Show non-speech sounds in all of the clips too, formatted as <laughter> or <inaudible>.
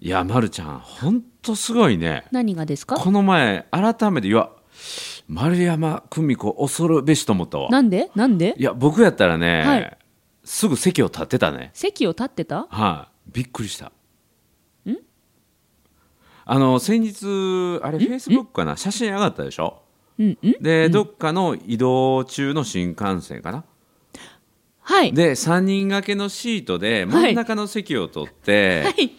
いや、ま、るちゃんほんとすごいね何がですかこの前改めていや丸山久美子恐るべしと思ったわなんでなんでいや僕やったらね、はいすぐ席を立ってたね席を立ってたはい、びっくりしたあの先日あれフェイスブックかな写真上がったでしょうんうんで、どっかの移動中の新幹線かなはいで3人掛けのシートで真ん中の席を取 <laughs> って、はい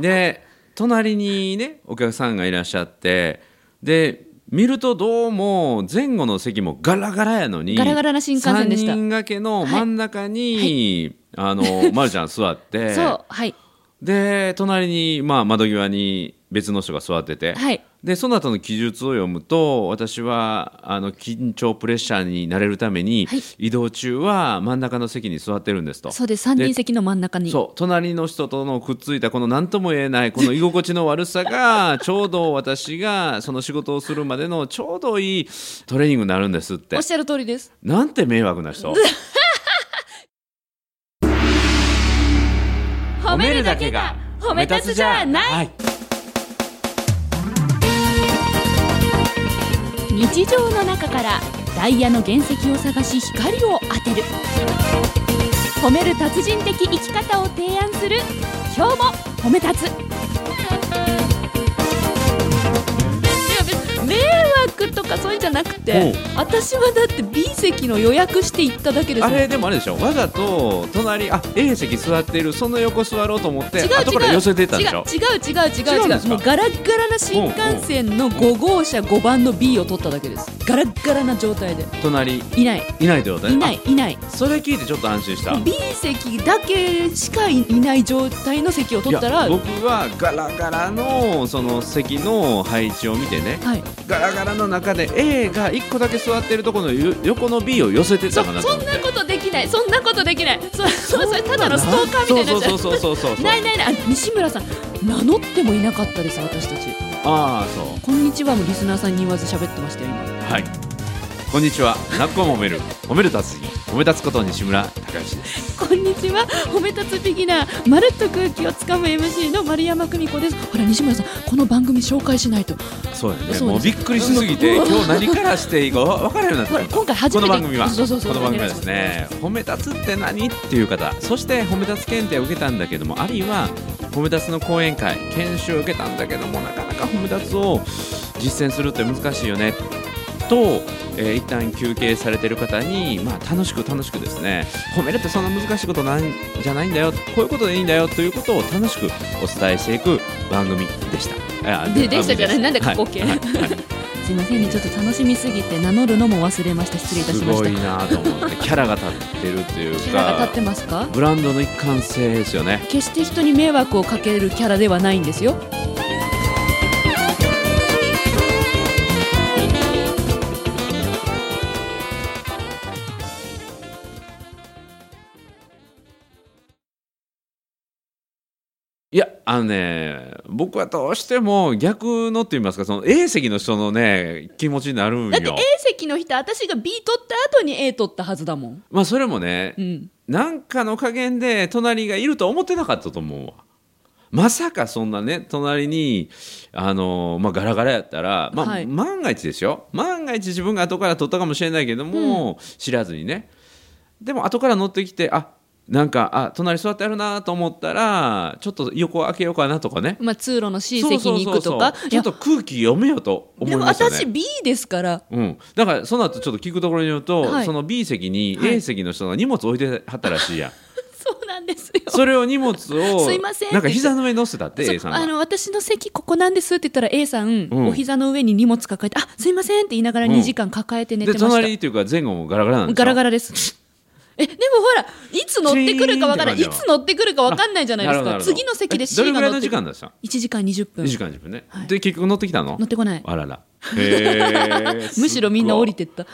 で隣にねお客さんがいらっしゃってで見るとどうも前後の席もガラガラやのにガラガラな新幹線でした3人掛けの真ん中に、あのまるちゃん座って <laughs> そうはいで隣に、まあ、窓際に別の人が座ってて、はいでその後の記述を読むと私はあの緊張プレッシャーになれるために、はい移動中は真ん中の席に座ってるんですと。そうです三人席の真ん中にそう隣の人とのくっついたこの何とも言えないこの居心地の悪さ <laughs> がちょうど私がその仕事をするまでのちょうどいいトレーニングになるんですっておっしゃる通りですなんて迷惑な <laughs> 人はい日常の中からダイヤの原石を探し光を当てる褒める達人的生き方を提案する今日も褒め立つ迷惑とかそういうんじゃなくて私はだって B 席の予約して行っただけですあもんれでもあれでしょわざと隣あ A 席座っているその横座ろうと思って違う違う後から寄せてたんでしょ違う違う違違ううん違でうすかもうガラッガラな新幹線の5号車5番の B を取っただけですガラッガラな状態で隣いないいないってことねいないいないあそれ聞いてちょっと安心したもう B 席だけしかいない状態の席を取ったらいやはい僕はガラガラのその席の配置を見てねガラガラの中で A が1個だけ座ってるところのよ横の B を寄せてそたかそんななと思ってことできないそんなことできないそそそれただのストーカーみたいになっちゃそううそうそうそうそうそうないないないあ西村さん名乗ってもいなかったです私たちああそこんにちはもリスナーさんに言わず喋ってましたよ今うはいこんにちはなっこも褒める褒める達人褒め立つこと西村隆之ですこんにちは褒め立つビギナーまるっと空気をつかむ MC の丸山久美子ですほら西村さんこの番組紹介しないとそうやねそうですもうびっくりしすぎてう今ん日何からしていいか分からんようになってほら今回初こめのて番組はそうそうそうこの番組はですね褒め立つって何っていう方そして褒め立つ検定を受けたんだけどもあるいは褒め立つの講演会研修を受けたんだけどもなかなか褒め立つを実践するって難しいよねと、えー一旦休憩されてる方に、まあ、楽しく楽しくですね褒めるってそんな難しいことなんじゃないんだよこういうことでいいんだよということを楽しくお伝えしていく番組でした。あででしたじゃな番組すいなんで過去はい形はいはいすいませんねちょっと楽しみすぎて名乗るのも忘れました失礼いたしすましごたいなと思ってキャラが立ってるっていうかキャラが立ってますかブランドの一貫性ですよね決して人に迷惑をかけるキャラではないんですよいやあのね僕はどうしても逆のって言いますかその A 席の人のね気持ちになるんだってよ A 席の人私が B 取った後に A 取ったはずだもんまあそれもね、うんなんかの加減で隣がいるとは思ってなかったと思うわまさかそんなね隣にあのーまあガラガラやったら、まあはい万が一ですよ万が一自分が後から取ったかもしれないけども、知らずにねでも後から乗ってきてあなんかあ隣座ってあるなと思ったらちょっと横を開けようかなとかねまあ通路の C 席に行くとかそうそうそうそうちょっと空気読めよとい思いやでもましたね私 B ですからうん、だからその後ちょっと聞くところによると、はいその B 席にはい A 席の人が荷物置いてはったらしいやん、そうなんですよ <laughs> それを荷物をすいませんって言ってなんか膝の上に乗せたってそう A さんあがの私の席ここなんですって言ったら A さん、うんお膝の上に荷物抱えて「あすいません」って言いながらうん2時間抱えて寝でてました、隣っていうか前後もガラガラなんですよガラガラです <laughs> えでもほらいつ乗ってくるかわからないチーンって感いじのつ乗ってくるかわかんないじゃないであするほかど次の席で C どれぐがら乗いのって時くる間だした1時間20分2時間ですよね、で結局乗ってきたの乗ってこないあら <laughs> らへえむしろみんな降りててった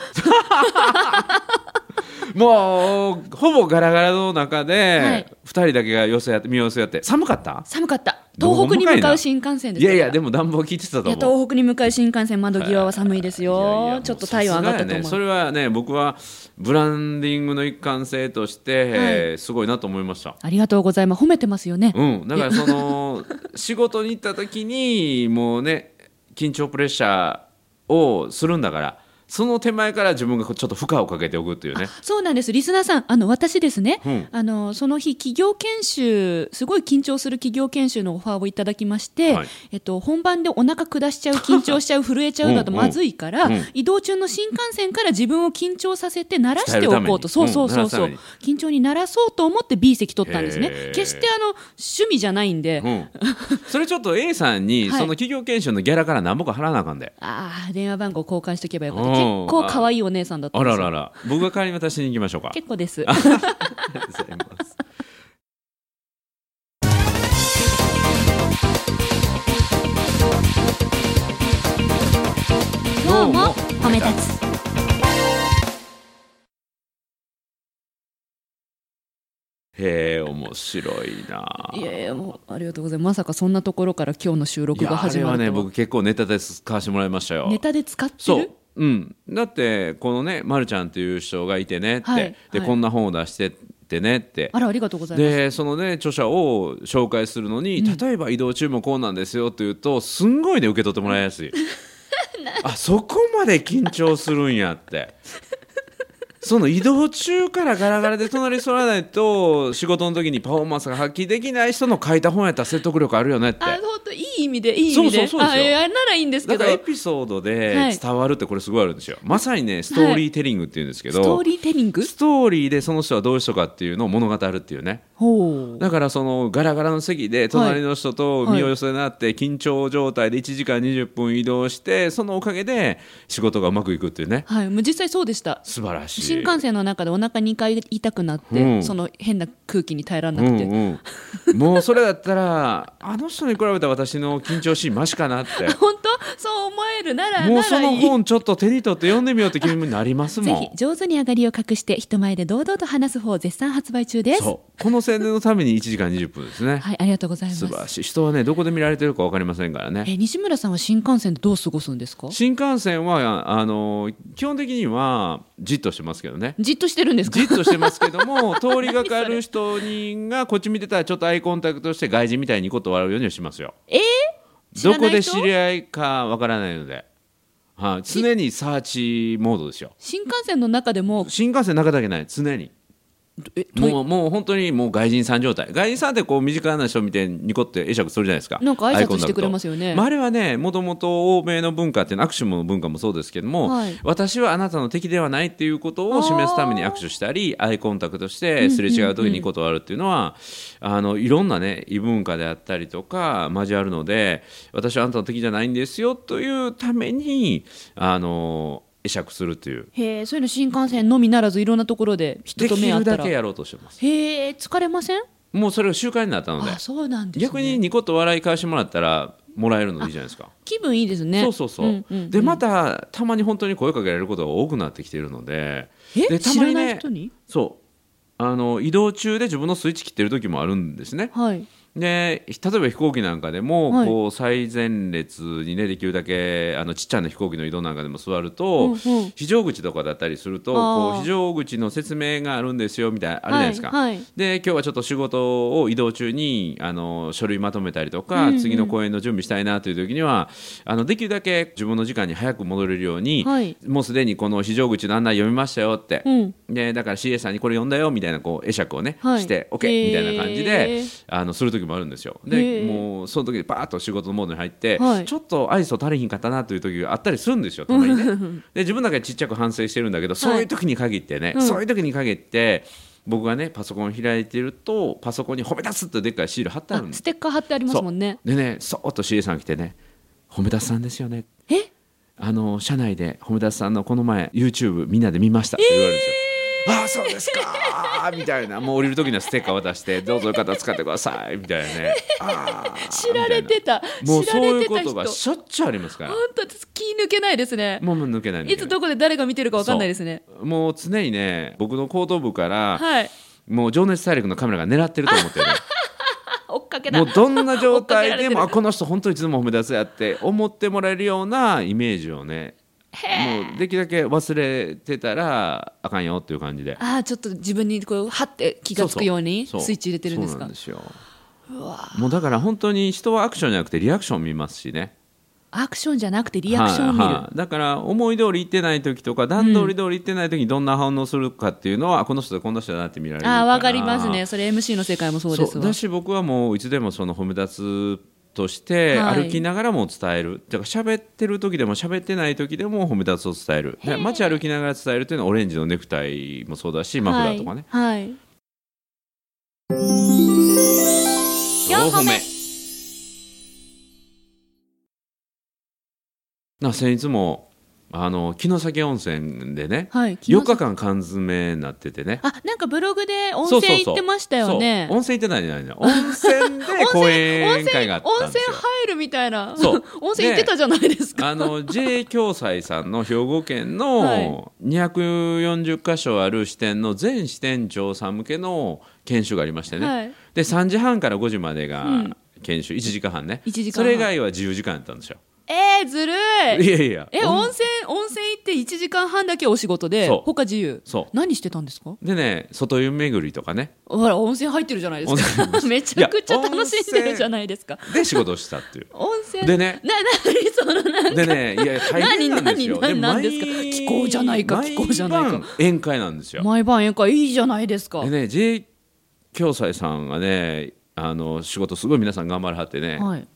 もうほぼガラガラの中はで2い人だけが寄せ合って身を寄せ合って寒かった寒かった東北に向かうし新幹線ですいやいやでもも暖房聞いてたといや思う東北に向かう新幹線窓際は寒いですいやいやよもうちょっと体温上がったさすがとやね思そうれはね僕はブランディングの一貫性として、すごいなと思いましたありがとうございます褒めてますよねうんだからその仕事に行った時にもうね緊張プレッシャーをするんだからその手前から自分がちょっと負荷をかけておくっていうねあそうなんですリスナーさんあの私ですね、うんあのその日企業研修すごい緊張する企業研修のオファーをいただきまして、はいえっと、本番でお腹下しちゃう緊張しちゃう震えちゃうだとまずいから、うんうん移動中の新幹線から自分を緊張させて慣らしておこうと伝そえうるためにそうそうそう、うん緊張に慣らそうと思って B 席取ったんですへねー決してあの趣味じゃないんで、うん、それちょっと A さんに、はいその企業研修のギャラから何ぼか払わなあかんでああ電話番号交換しとけばよかったうん結構可愛いお姉さんだったんあですよららら僕が代わりに渡しに行きましょうか結構ですありがとうございます今日も褒め立つへえ面白いないやいやもうありがとうございますまさかそんなところから今日の収録いやが始まあるれはとねは僕結構ネタで使わせてもらいましたよネタで使ってるそう、うん、だってこのね、ま、るちゃんっていう人がいてねって、はいではいこんな本を出してってねってあらありがとうございますでそのね著者を紹介するのに、例えば移動中もこうなんですよって言うとすんごいね受け取ってもらいやす <laughs> いあそこまで緊張するんやってその移動中からガラガラで隣座らないと仕事の時にパフォーマンスが発揮できない人の書いた本やったら説得力あるよねってあ本当いい意味でいい意味でそうそうそうですよあいやならいいんですだけかどらエピソードはでい伝わるってこれすごいあるんですよ、まさにねストーリーテリングっていうんですけど、ストーリーテリングストーリーでその人はどういう人かっていうのを物語るっていうねほうだからそのガラガラの席で隣の人と身を寄せになって緊張状態で1時間20分移動してそのおかげで仕事がうまくいくっていうねはいもう実際そうでした素晴らしい新幹線の中でお腹2回痛くなって、うんその変な空気に耐えられなくて、うんうん、もうそれだったらあの人に比べたら私の緊張しいマシかな <laughs> って <laughs> 本当そう思えるならもうなそらのいい本ちょっと手に取って読んでみようって気分になりますぜもんひ上手に上がりを隠して人前で堂々と話す方を絶賛発売中ですそうこの宣伝のために1時間20分ですね、はいありがとうございます素晴らしい人はねどこで見られてるか分かりませんからねえ西村さんは新幹線でどう過ごすんですか新幹線はああの基本的にはじっとしてますけどねじっとしてるんですかじっとしてますけども <laughs> 通りがかる人にがこっち見てたらちょっとアイコンタクトして外人みたいにことを笑うようにはしますよえー知らどない人こで知り合いかわからないので、はい、常にサーチモードですよ新幹線の中でも新幹線の中だけない常にえどもうもう本当にもう外人さん状態外人さんってこう身近な人見てニコって会釈するじゃないですかなんか挨拶アイコンタクトしてくれますよねまあ、あれはねもともと欧米の文化っていうのは握手の文化もそうですけども、はい私はあなたの敵ではないっていうことを示すために握手したりアイコンタクトしてすれ違う時にニコと笑うっていうのは、あのいろんなね異文化であったりとか交わるので私はあなたの敵じゃないんですよというためにあの会釈するというへえそういうの新幹線のみならずいろんなところで人でとき目合っるただらけやろうとしてますへえ疲れませんもうそれが習慣になったのであそうなんです、ね、逆にニコッと笑い返してもらったらもらえるのでいいじゃないですか。気分いいですねそうそうそう、んんでまたたまに本当に声かけられることが多くなってきているのででえた知まらにないね人にそうあの移動中で自分のスイッチ切ってる時もあるんですね。はいで例えば飛行機なんかでも、はいこう最前列にねできるだけあのちっちゃな飛行機の移動なんかでも座るうんと、うん非常口とかだったりするとあーこう非常口の説明があるんですよみたいなあるじゃないですか。はいはいで今日はちょっと仕事を移動中にあの書類まとめたりとか、うんうん次の公演の準備したいなという時にはあのできるだけ自分の時間に早く戻れるように、はいもうすでにこの非常口の案内読みましたよって、うんでだから CA さんにこれ読んだよみたいなこう会釈をね、はいしてへ OK ーみたいな感じであのする時もあるんですよ。へでーもうその時にパーッと仕事のモードに入って、はいちょっと愛想足りひんかったなという時があったりするんですよたまにね。で自分だけちっちゃく反省してるんだけどそういう時に限ってね、うんそういう時に限って僕がねパソコン開いてるとパソコンに「褒め立つ」ってでっかいシール貼ってああるんですステッカー貼ってありますもんねでねそーっと CA さん来てね「褒め立つさんですよね」えあの社内で褒め立つさんのこの前 YouTube みんなで見ましたって言われるんですよ。ああそうですかみたいなもう降りる時にはステッカー渡してどうぞよかったら使ってくださいみたいなね <laughs> あー知られてたみたいなもう知らそうれいてうこた人とがしょっちゅうありますから本当気抜けないですねもう抜けない抜けないいつどこで誰が見てるかわかんないですねもう常にね僕の後頭部からはいもう情熱大陸のカメラが狙ってると思ってね追っかけだもうどんな状態でもあ追っかけられてるこの人本当にいつも褒め出すやって思ってもらえるようなイメージをねへもうできるだけ忘れてたらあかんよっていう感じでああちょっと自分にこうはって気がつくようにスそイそッチ入れてるんですそうなかんですようわもうだから本当に人はアクションじゃなくてリアクション見ますしねアクションじゃなくてリアクションを見る、はいはいだから思い通り行ってない時とか段通り通り行ってない時にどんな反応するかっていうのは、この人だこの人だなって見られるああらわかりますねそれ MC の世界もそうですそうわだし僕はもういつでもその褒め立つとしてはい歩きながらも伝える、だから喋ってる時でも喋ってない時でも褒め立つを伝えるで街歩きながら伝えるっていうのはオレンジのネクタイもそうだしマフラーとかね、はい、はい四歩目な先日もあの城崎温泉でねはい4日間缶詰になっててねあなんかブログで温そうそうそう泉行ってましたよねそう温泉行ってないじゃないの温 <laughs> 泉で講演会があった温んです泉よ入るみたいな <laughs> そう温泉行ってたじゃないですかあ <laughs> の J 共済さんの兵庫県はいの240箇所ある支店の全支店長さん向けの研修がありましてね、はいで3時半から5時までがうん研修、1時間半ね1時間半それ以外は自由時間やったんですよえー、ずるいいやいやえ温泉温泉行って1時間半だけお仕事でそう他自由そ何してたんですかうでね外湯巡りとかねほら温泉入ってるじゃないです温かめちゃくちゃいや楽しんでるじゃないですかで仕事をしたっていう温泉でねな何 <laughs> そのなんかでねいや大変なんですよ <laughs> 何何何で何ですか毎気候じゃないか気候じゃないか毎晩宴会なんですよ毎晩宴会いいじゃないですかでね J 共済さんがねあの仕事すごい皆さん頑張らはってね、はい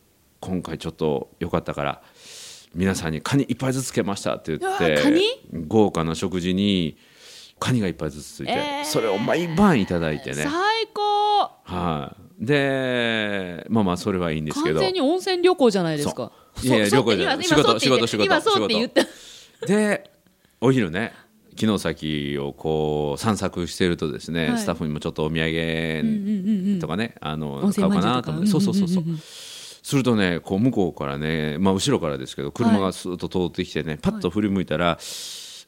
今回ちょっと良かったから皆さんにカニ一杯ずつつけましたって言っうわてカニ豪華な食事にカニが一杯ずつついて、えーそれを毎晩いただいてね最、高はいでまあまあそれはいいんですけ完ど全に温泉旅行じゃないですかそういやいやそう旅行じゃない今今仕事仕事今仕事そうって言ったでお昼ね木の先をこう散策してるとですね、はいスタッフにもちょっとお土産とかね、あ温の買泉おうまんかじゅうなとかと思って、そうそうそうそう,、するとねこう向こうからね、まあ、後ろからですけど車がスーッと通ってきてね、パッと振り向いたら、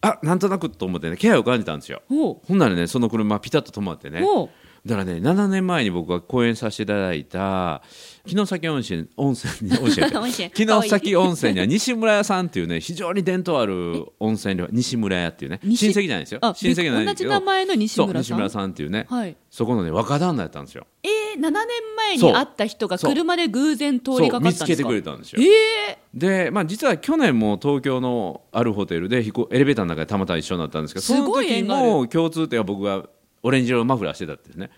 あなんとなくと思ってね気配を感じたんですよおうほんならねその車ピタッと止まってねおうだからね7年前に僕が講演させていただいた城崎温泉温泉 <laughs> に温泉温泉城崎温泉には西村屋さんっていうね非常に伝統ある温泉料西村屋っていうね親西戚じゃないですよあ親戚じゃないんで同すけじど名前の西そう村西さん村さんっていうね、はいそこのね若旦那やったんですよえー、7年前そにう会った人が車で偶然通りそうかか見っつたんけですてかくれたんですよえで、まあ、実は去年も東京のあるホテルで飛行エレベーターの中でたまたま一緒になったんですけどすごいその時縁があるも共通点は僕がオレンジ色のマフラーしてたっていうね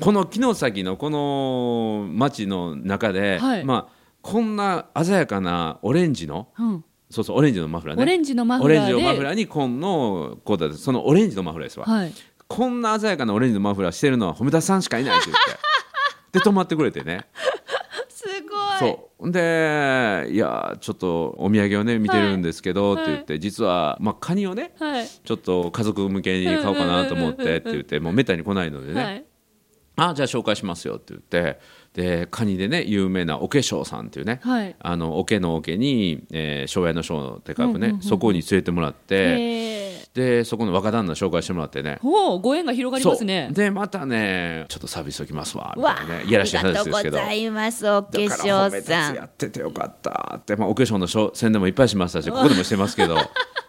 この城崎のこの街の中で、はいまあ、こんな鮮やかなオレンジのーうん、そうそうオレンジのマフラーねオレンジのマオフレンラージでのマフラーに紺のこうだそのオレンジのマフラーですわ、はい、こんな鮮やかなオレンジのマフラーしてるのは褒めたさんしかいないって言ってで泊まってくれてねすごいそうでいやちょっとお土産をね見てるんですけど、って言って実は、まあ、カニをねはい、ちょっと家族向けに買おうかなと思ってって言ってもうめったに来ないのでね、はい、あじゃあ紹介しますよって言ってでカニでね有名なお化粧さんっていうね、はいあのおけのおけに、えー、庄屋の庄って書くね、そこに連れてもらってえー、でそこの若旦那紹介してもらってねほうご縁が広がりますねそうでまたねちょっとサービスときますわみわたいなあねいやらしいありが話でとうすごけどざいますお化だから褒め粧立つさんやっててよかったって、まあ、お化粧のしょ宣伝もいっぱいしましたしここでもしてますけど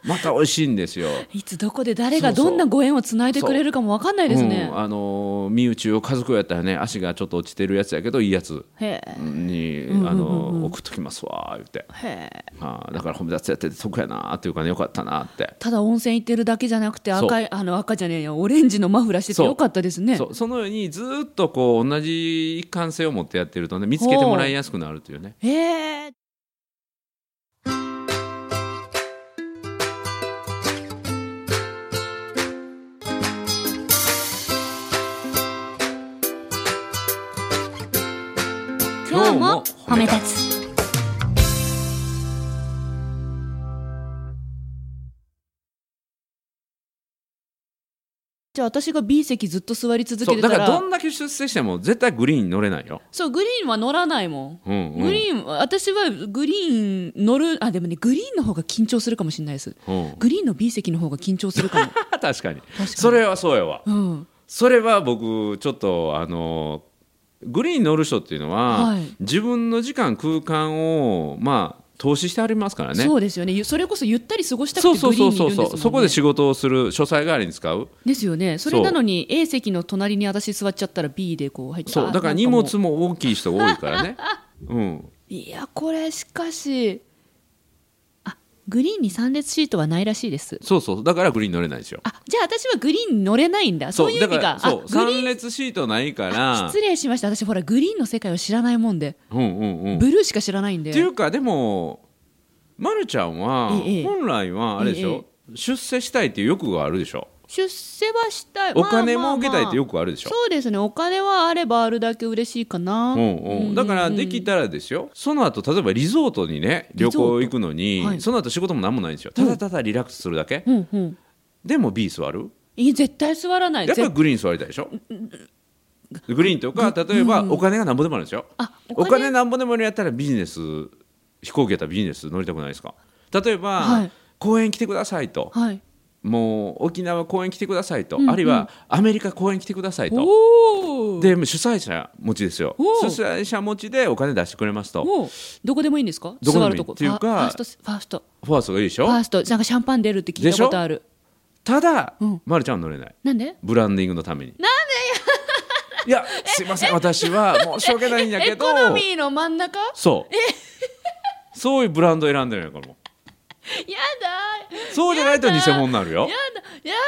また美味しいんですよ。いつどこで誰がそうそうどんなご縁をつないでくれるかもわかんないですねうんあのー身内を家族やったらね足がちょっと落ちてるやつやけどいいやつへえに、あのー送っときますわ言ってへえあーだから褒め立つやってて得やなっていうかねよかったなって。ただ温泉行ってるだけじゃなくて赤いあの赤じゃねえやオレンジのマフラーしててそうよかったですねそうそのようにずーっとこう同じ一貫性を持ってやってるとね見つけてもらいやすくなるというねへえ今日も褒め立つじゃあ私が B 席ずっと座り続けそうてだたかららどんだけ出世しても絶対グリーンに乗れないよ、そうグリーンは乗らないもん、うんうんグリーン私はグリーン乗るあでもねグリーンの方が緊張するかもしれないですうん、グリーンの B 席の方が緊張する <laughs> かも確かにそれはそうやわうんそれは僕ちょっとあのグリーンに乗る人っていうのは、はい自分の時間空間をまあ投資してありますからねそうですよねゆそれこそゆったり過ごしたくそうてそグうリーそンうにいそうそるんですもんうねそこで仕事をする書斎代わりに使うですよねそそれうなのに A 席の隣に私座っちゃったら B でこう入ってそうあだからなん荷もう物も大きい人多いからね <laughs> うんいやこれしかしあグリーンに3列シートはないらしいですそうそうだからグリーン乗れないですよあじゃあ私はグリーンに乗れないんだそういう意味だからがそうあグリー3ン列シートないかあら失礼しました私ほらグリーンの世界を知らないもんでうんうんうんブルーしか知らないんでっていうかでも、ま、るちゃんはええ本来はあれでしょ、出世したいっていう欲があるでしょ出世はしたいお金まあまあ儲けたいってま欲があるでしあょ、そうですねお金はあればあるだけ嬉しいかなうんうん、だからできたらですよその後例えばリゾートにね旅行行くのに、リゾートはいその後仕事も何もないんですよただただリラックスするだけ、うんうんでも B 座るいい絶対座らないやっぱりぜグリーン座りたいでしょグリーンとか例えばお金がなんぼでもあるんですよ、あお金なんぼでもあるやったらビジネス飛行機やったらビジネス乗りたくないですか例えば、はい公園来てくださいとはいもう沖縄公園来てくださいと、んうんあるいはアメリカ公園来てくださいとおおで主催者持ちですよお主う催者持ちでお金出してくれますともうどこでもいいんですかどこでもいい座るとこっていうかファファーストファーストファーストがいいでしょファーストなんかシャンパン出るって聞いたことあるただ、うんまるちゃんは乗れないなんでブランディングのためになんでやいやすいません私は申し訳ないんやけエどコノミーの真ん中やそうそういうブランド選んでるんやからもうだそうじゃないと偽物になるよや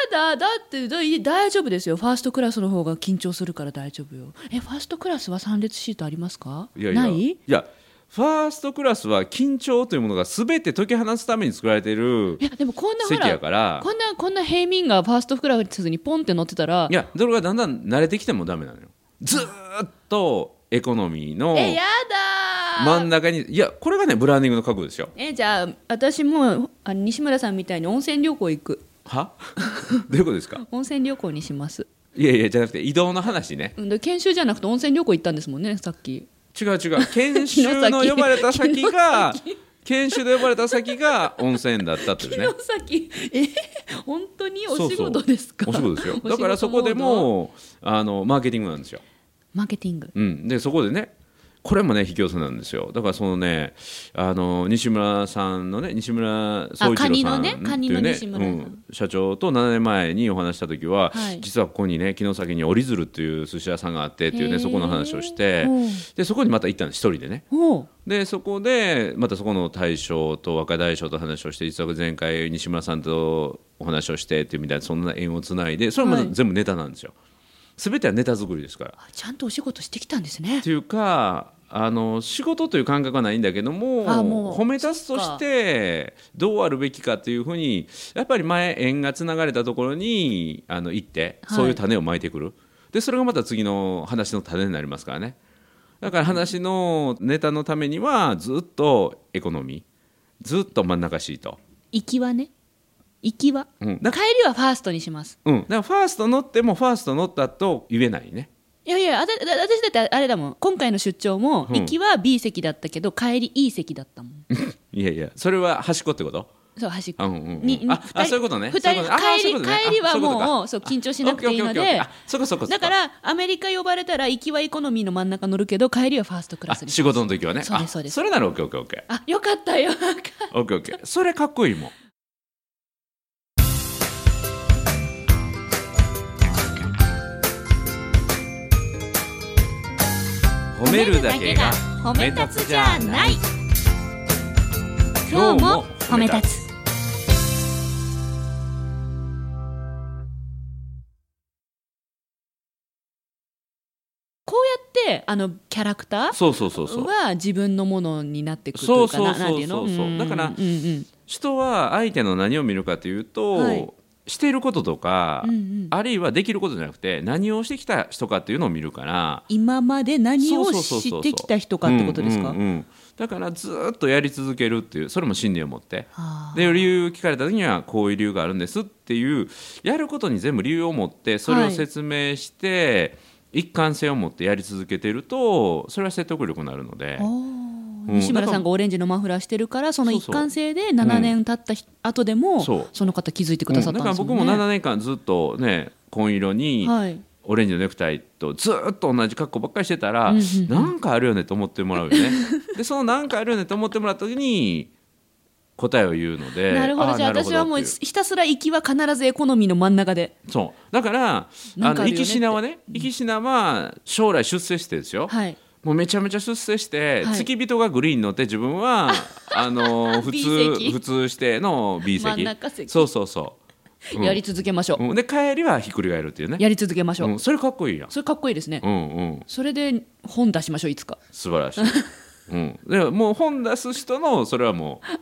だやだだってだい大丈夫ですよファーストクラスの方が緊張するから大丈夫よえファーストクラスは3列シートありますかいやいやないやファーストクラスは緊張というものが全て解き放つために作られているいやでもこんなほ席らやからこんなこんな平民がファーストクラスにポンって乗ってたらいやそれがだんだん慣れてきてもダメなのよずーっとエコノミーのえやだー真ん中にいやこれがねブランディングの覚悟ですよえじゃあ私もあ西村さんみたいに温泉旅行行くは <laughs> どういうことですか温泉旅行にしますいやいやじゃなくて移動の話ねうんで研修じゃなくて温泉旅行行ったんですもんねさっき違う違 <laughs> う研修の呼ばれた先が研修で呼ばれた先が温泉だったっていうね <laughs> 昨日さっきえ本当にお仕そうそ事うですかお仕事ですよお仕事だからそこでもあのマーケティングなんですよマーケティングうん、でそこでねこれもね引き寄せなんですよだからそのねあの西村さんのね西村総一郎さんあカニのねっていうカニの西村さんうん社長と7年前にお話した時は、はい実はここにね城崎に折り鶴っていう寿司屋さんがあってっていうへねーそこの話をしてうんでそこにまた行ったんです一人でねおうでそこでまたそこの大将と若大将と話をして実は前回西村さんとお話をしてっていうみたいなそんな縁をつないでそれもまたはい全部ネタなんですよ、全てはネタ作りですからあちゃんとお仕事してきたんですねっていうかあの仕事という感覚はないんだけどもあもう褒め立つとしてどうあるべきかというふうにやっぱり前縁がつながれたところにあの行ってはいそういう種をまいてくる、でそれがまた次の話の種になりますからねだから話のネタのためにはずっとエコノミーずっと真ん中シート、行きはね行きは、うんだ帰りはファーストにしますうん、だからファースト乗ってもファースト乗ったと言えないねいやいやあただ私だってあれだもん今回の出張もうん行きは B 席だったけど帰り E 席だったもんいやいやそれは端っこってことそう端っこあうんうんうんにああ二人そういうことね二そう人いうことねあ帰そういりうことね帰りあはそういうことかもうそう緊張しなくていいのオッケーオッケーオッケーオッケでーあそっかそっかそっだからアメリカ呼ばれたら行きはエコノミーの真ん中乗るけど帰りはファーストクラあスに仕事の時はねそうですそうですあそれなら OKOKOK あよかったよ <laughs> かったオッケーオッケーそれかっこいいもん褒めるだけが褒め立つじゃない今日も褒め立つこうやってあのキャラクターそうそうそうそうは自分のものになってくるというかなそうそうそうそうなんていうのんだからうんうん人は相手の何を見るかというと、はいしていることとか、うんうんあるいはできることじゃなくて何をしてきた人かっていうのを見るから今まで何をそうそうそう知そうってきた人かってことですうかんうんうんだからずーっとやり続けるっていうそれも信念を持ってあーで理由聞かれた時にはこういう理由があるんですっていうやることに全部理由を持ってそれを説明して、一貫性を持ってやり続けてるとそれは説得力になるのであーうん西村さんがオレンジのマフラーしてるからその一貫性で7年経ったひ後でもそうその方気づいてくださったんですうんだもからんね僕も7年間ずっとね紺色にはいオレンジのネクタイとずーっと同じ格好ばっかりしてたら、うんうんうんなんかあるよねと思ってもらうよ <laughs> ねでそのなんかあるよねと思ってもらった時に答えを言うのでなるほあどーじゃあなるほ私どはもうっていひたすら行きは必ずエコノミーの真ん中でそうだからなあんかあのるよね生き品はね生き品は将来出世してですよ、はいもうめちゃめちゃ出世して、はい付き人がグリーンに乗って自分 <laughs> はあの普 B 席通普通しての B 席真ん中席そうそうそう、うんやり続けましょううんで帰りはひっくり返るっていうねやり続けましょう、うんそれかっこいいやんそれかっこいいですねうんうんそれで本出しましょういつか素晴らしい、うん、でもう本出す人のそれはもう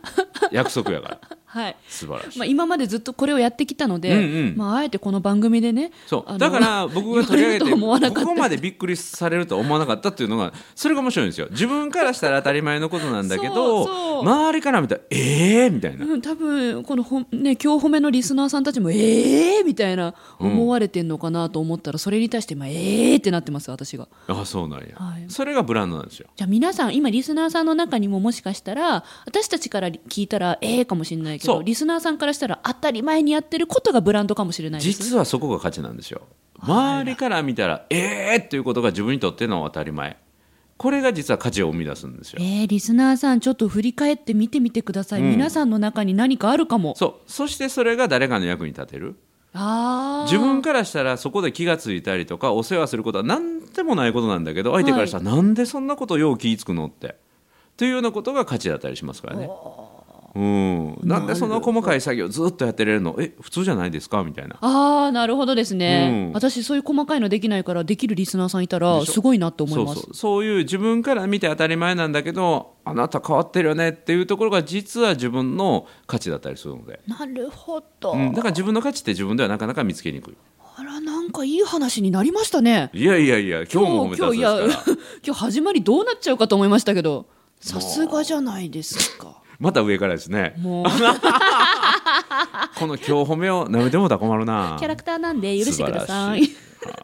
約束やから <laughs> はい素晴らしいまあ、今までずっとこれをやってきたので、うんうんまあ、あえてこの番組でねそあうのだから僕が取り上げて言われると思わなかこったこまでびっくりされるとは思わなかったっていうのがそれが面白いんですよ自分からしたら当たり前のことなんだけどそうそう周りから見たらええー、みたいな <laughs> うん、多分このほん、ね、今日褒めのリスナーさんたちもええー、みたいなうん思われてんのかなと思ったら、それに対して、まあ、ええー、ってなってます私があそうなんや、はいそれがブランドなんですよじゃあ皆さん今リスナーさんの中にももしかしたら私たちから聞いたらええー、かもしれないけそどうリスナーさんからしたら当たり前にやってることがブランドかもしれないです実はそこが価値なんですよ周りから見たらええー、っていうことが自分にとっての当たり前これが実は価値を生み出すんですよえー、リスナーさんちょっと振り返って見てみてください、うん皆さんの中に何かあるかもそうそしてそれが誰かの役に立てるあー自分からしたらそこで気がついたりとかお世話することは何でもないことなんだけど相手からしたらなんでそんなことよう気ぃつくのってというようなことが価値だったりしますからね。うん、なんでその細かい作業ずっとやってられるのえ普通じゃないですかみたいなああなるほどですね、うん私そういう細かいのできないからできるリスナーさんいたらでしょすごいなって思そいうますそうそういう自分から見て当たり前なんだけどあなた変わってるよねっていうところが実は自分の価値だったりするので、なるほど、うん、だから自分の価値って自分ではなかなか見つけにくいあらなんかいい話になりましたねいやいやいや今日も褒めたつ今日ですかいや <laughs> ら今日始まりどうなっちゃうかと思いましたけどさすがじゃないですかまた上からですね <laughs> もうこの今日褒めを舐めてもうたら困るなキャラクターなんで許してください素晴らし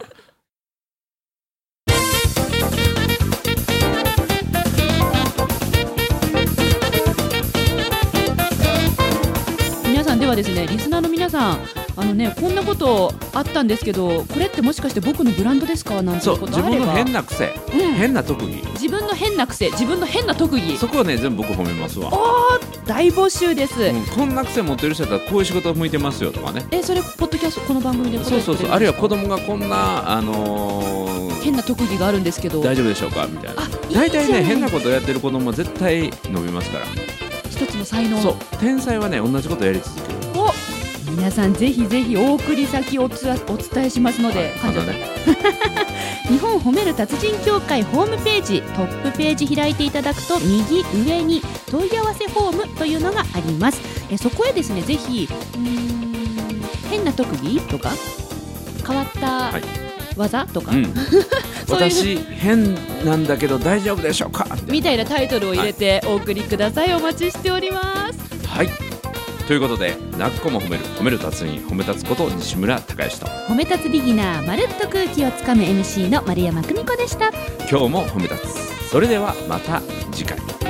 皆さんではですねリスナーの皆さんあのねこんなことあったんですけどこれってもしかして僕のブランドですかなんてそいうう <laughs> こと自あれ分ばの変な癖、うん変な特技自分の変な癖自分の変な特技そこはね全部僕褒めますわ、大募集です、うんこんな癖持ってる人だったらこういう仕事向いてますよとかねえそれポッドキャストこの番組で答えてそうそうくれそうるんですかあるいは子供がこんなあのー変な特技があるんですけど大丈夫でしょうかみたいなあいい大体じゃなねい変なことをやってる子供は絶対伸びますから一つの才能そう天才はね同じことやり続けるを皆さんぜひぜひお送り先をおつわお伝えしますので、ま感謝だね日本褒める達人協会ホームページトップページ開いていただくと右上に問い合わせフォームというのがありますえそこへですねぜひうーん変な特技とか変わったはい技とか、うん <laughs> そういう私変なんだけど大丈夫でしょうかみたいなみたいなタイトルを入れてお送りください、お待ちしておりますはいということでなっこも褒める褒める達人褒め立つこと西村孝之と褒め立つビギナーまるっと空気をつかむ MC の丸山久美子でした今日も褒め立つそれではまた次回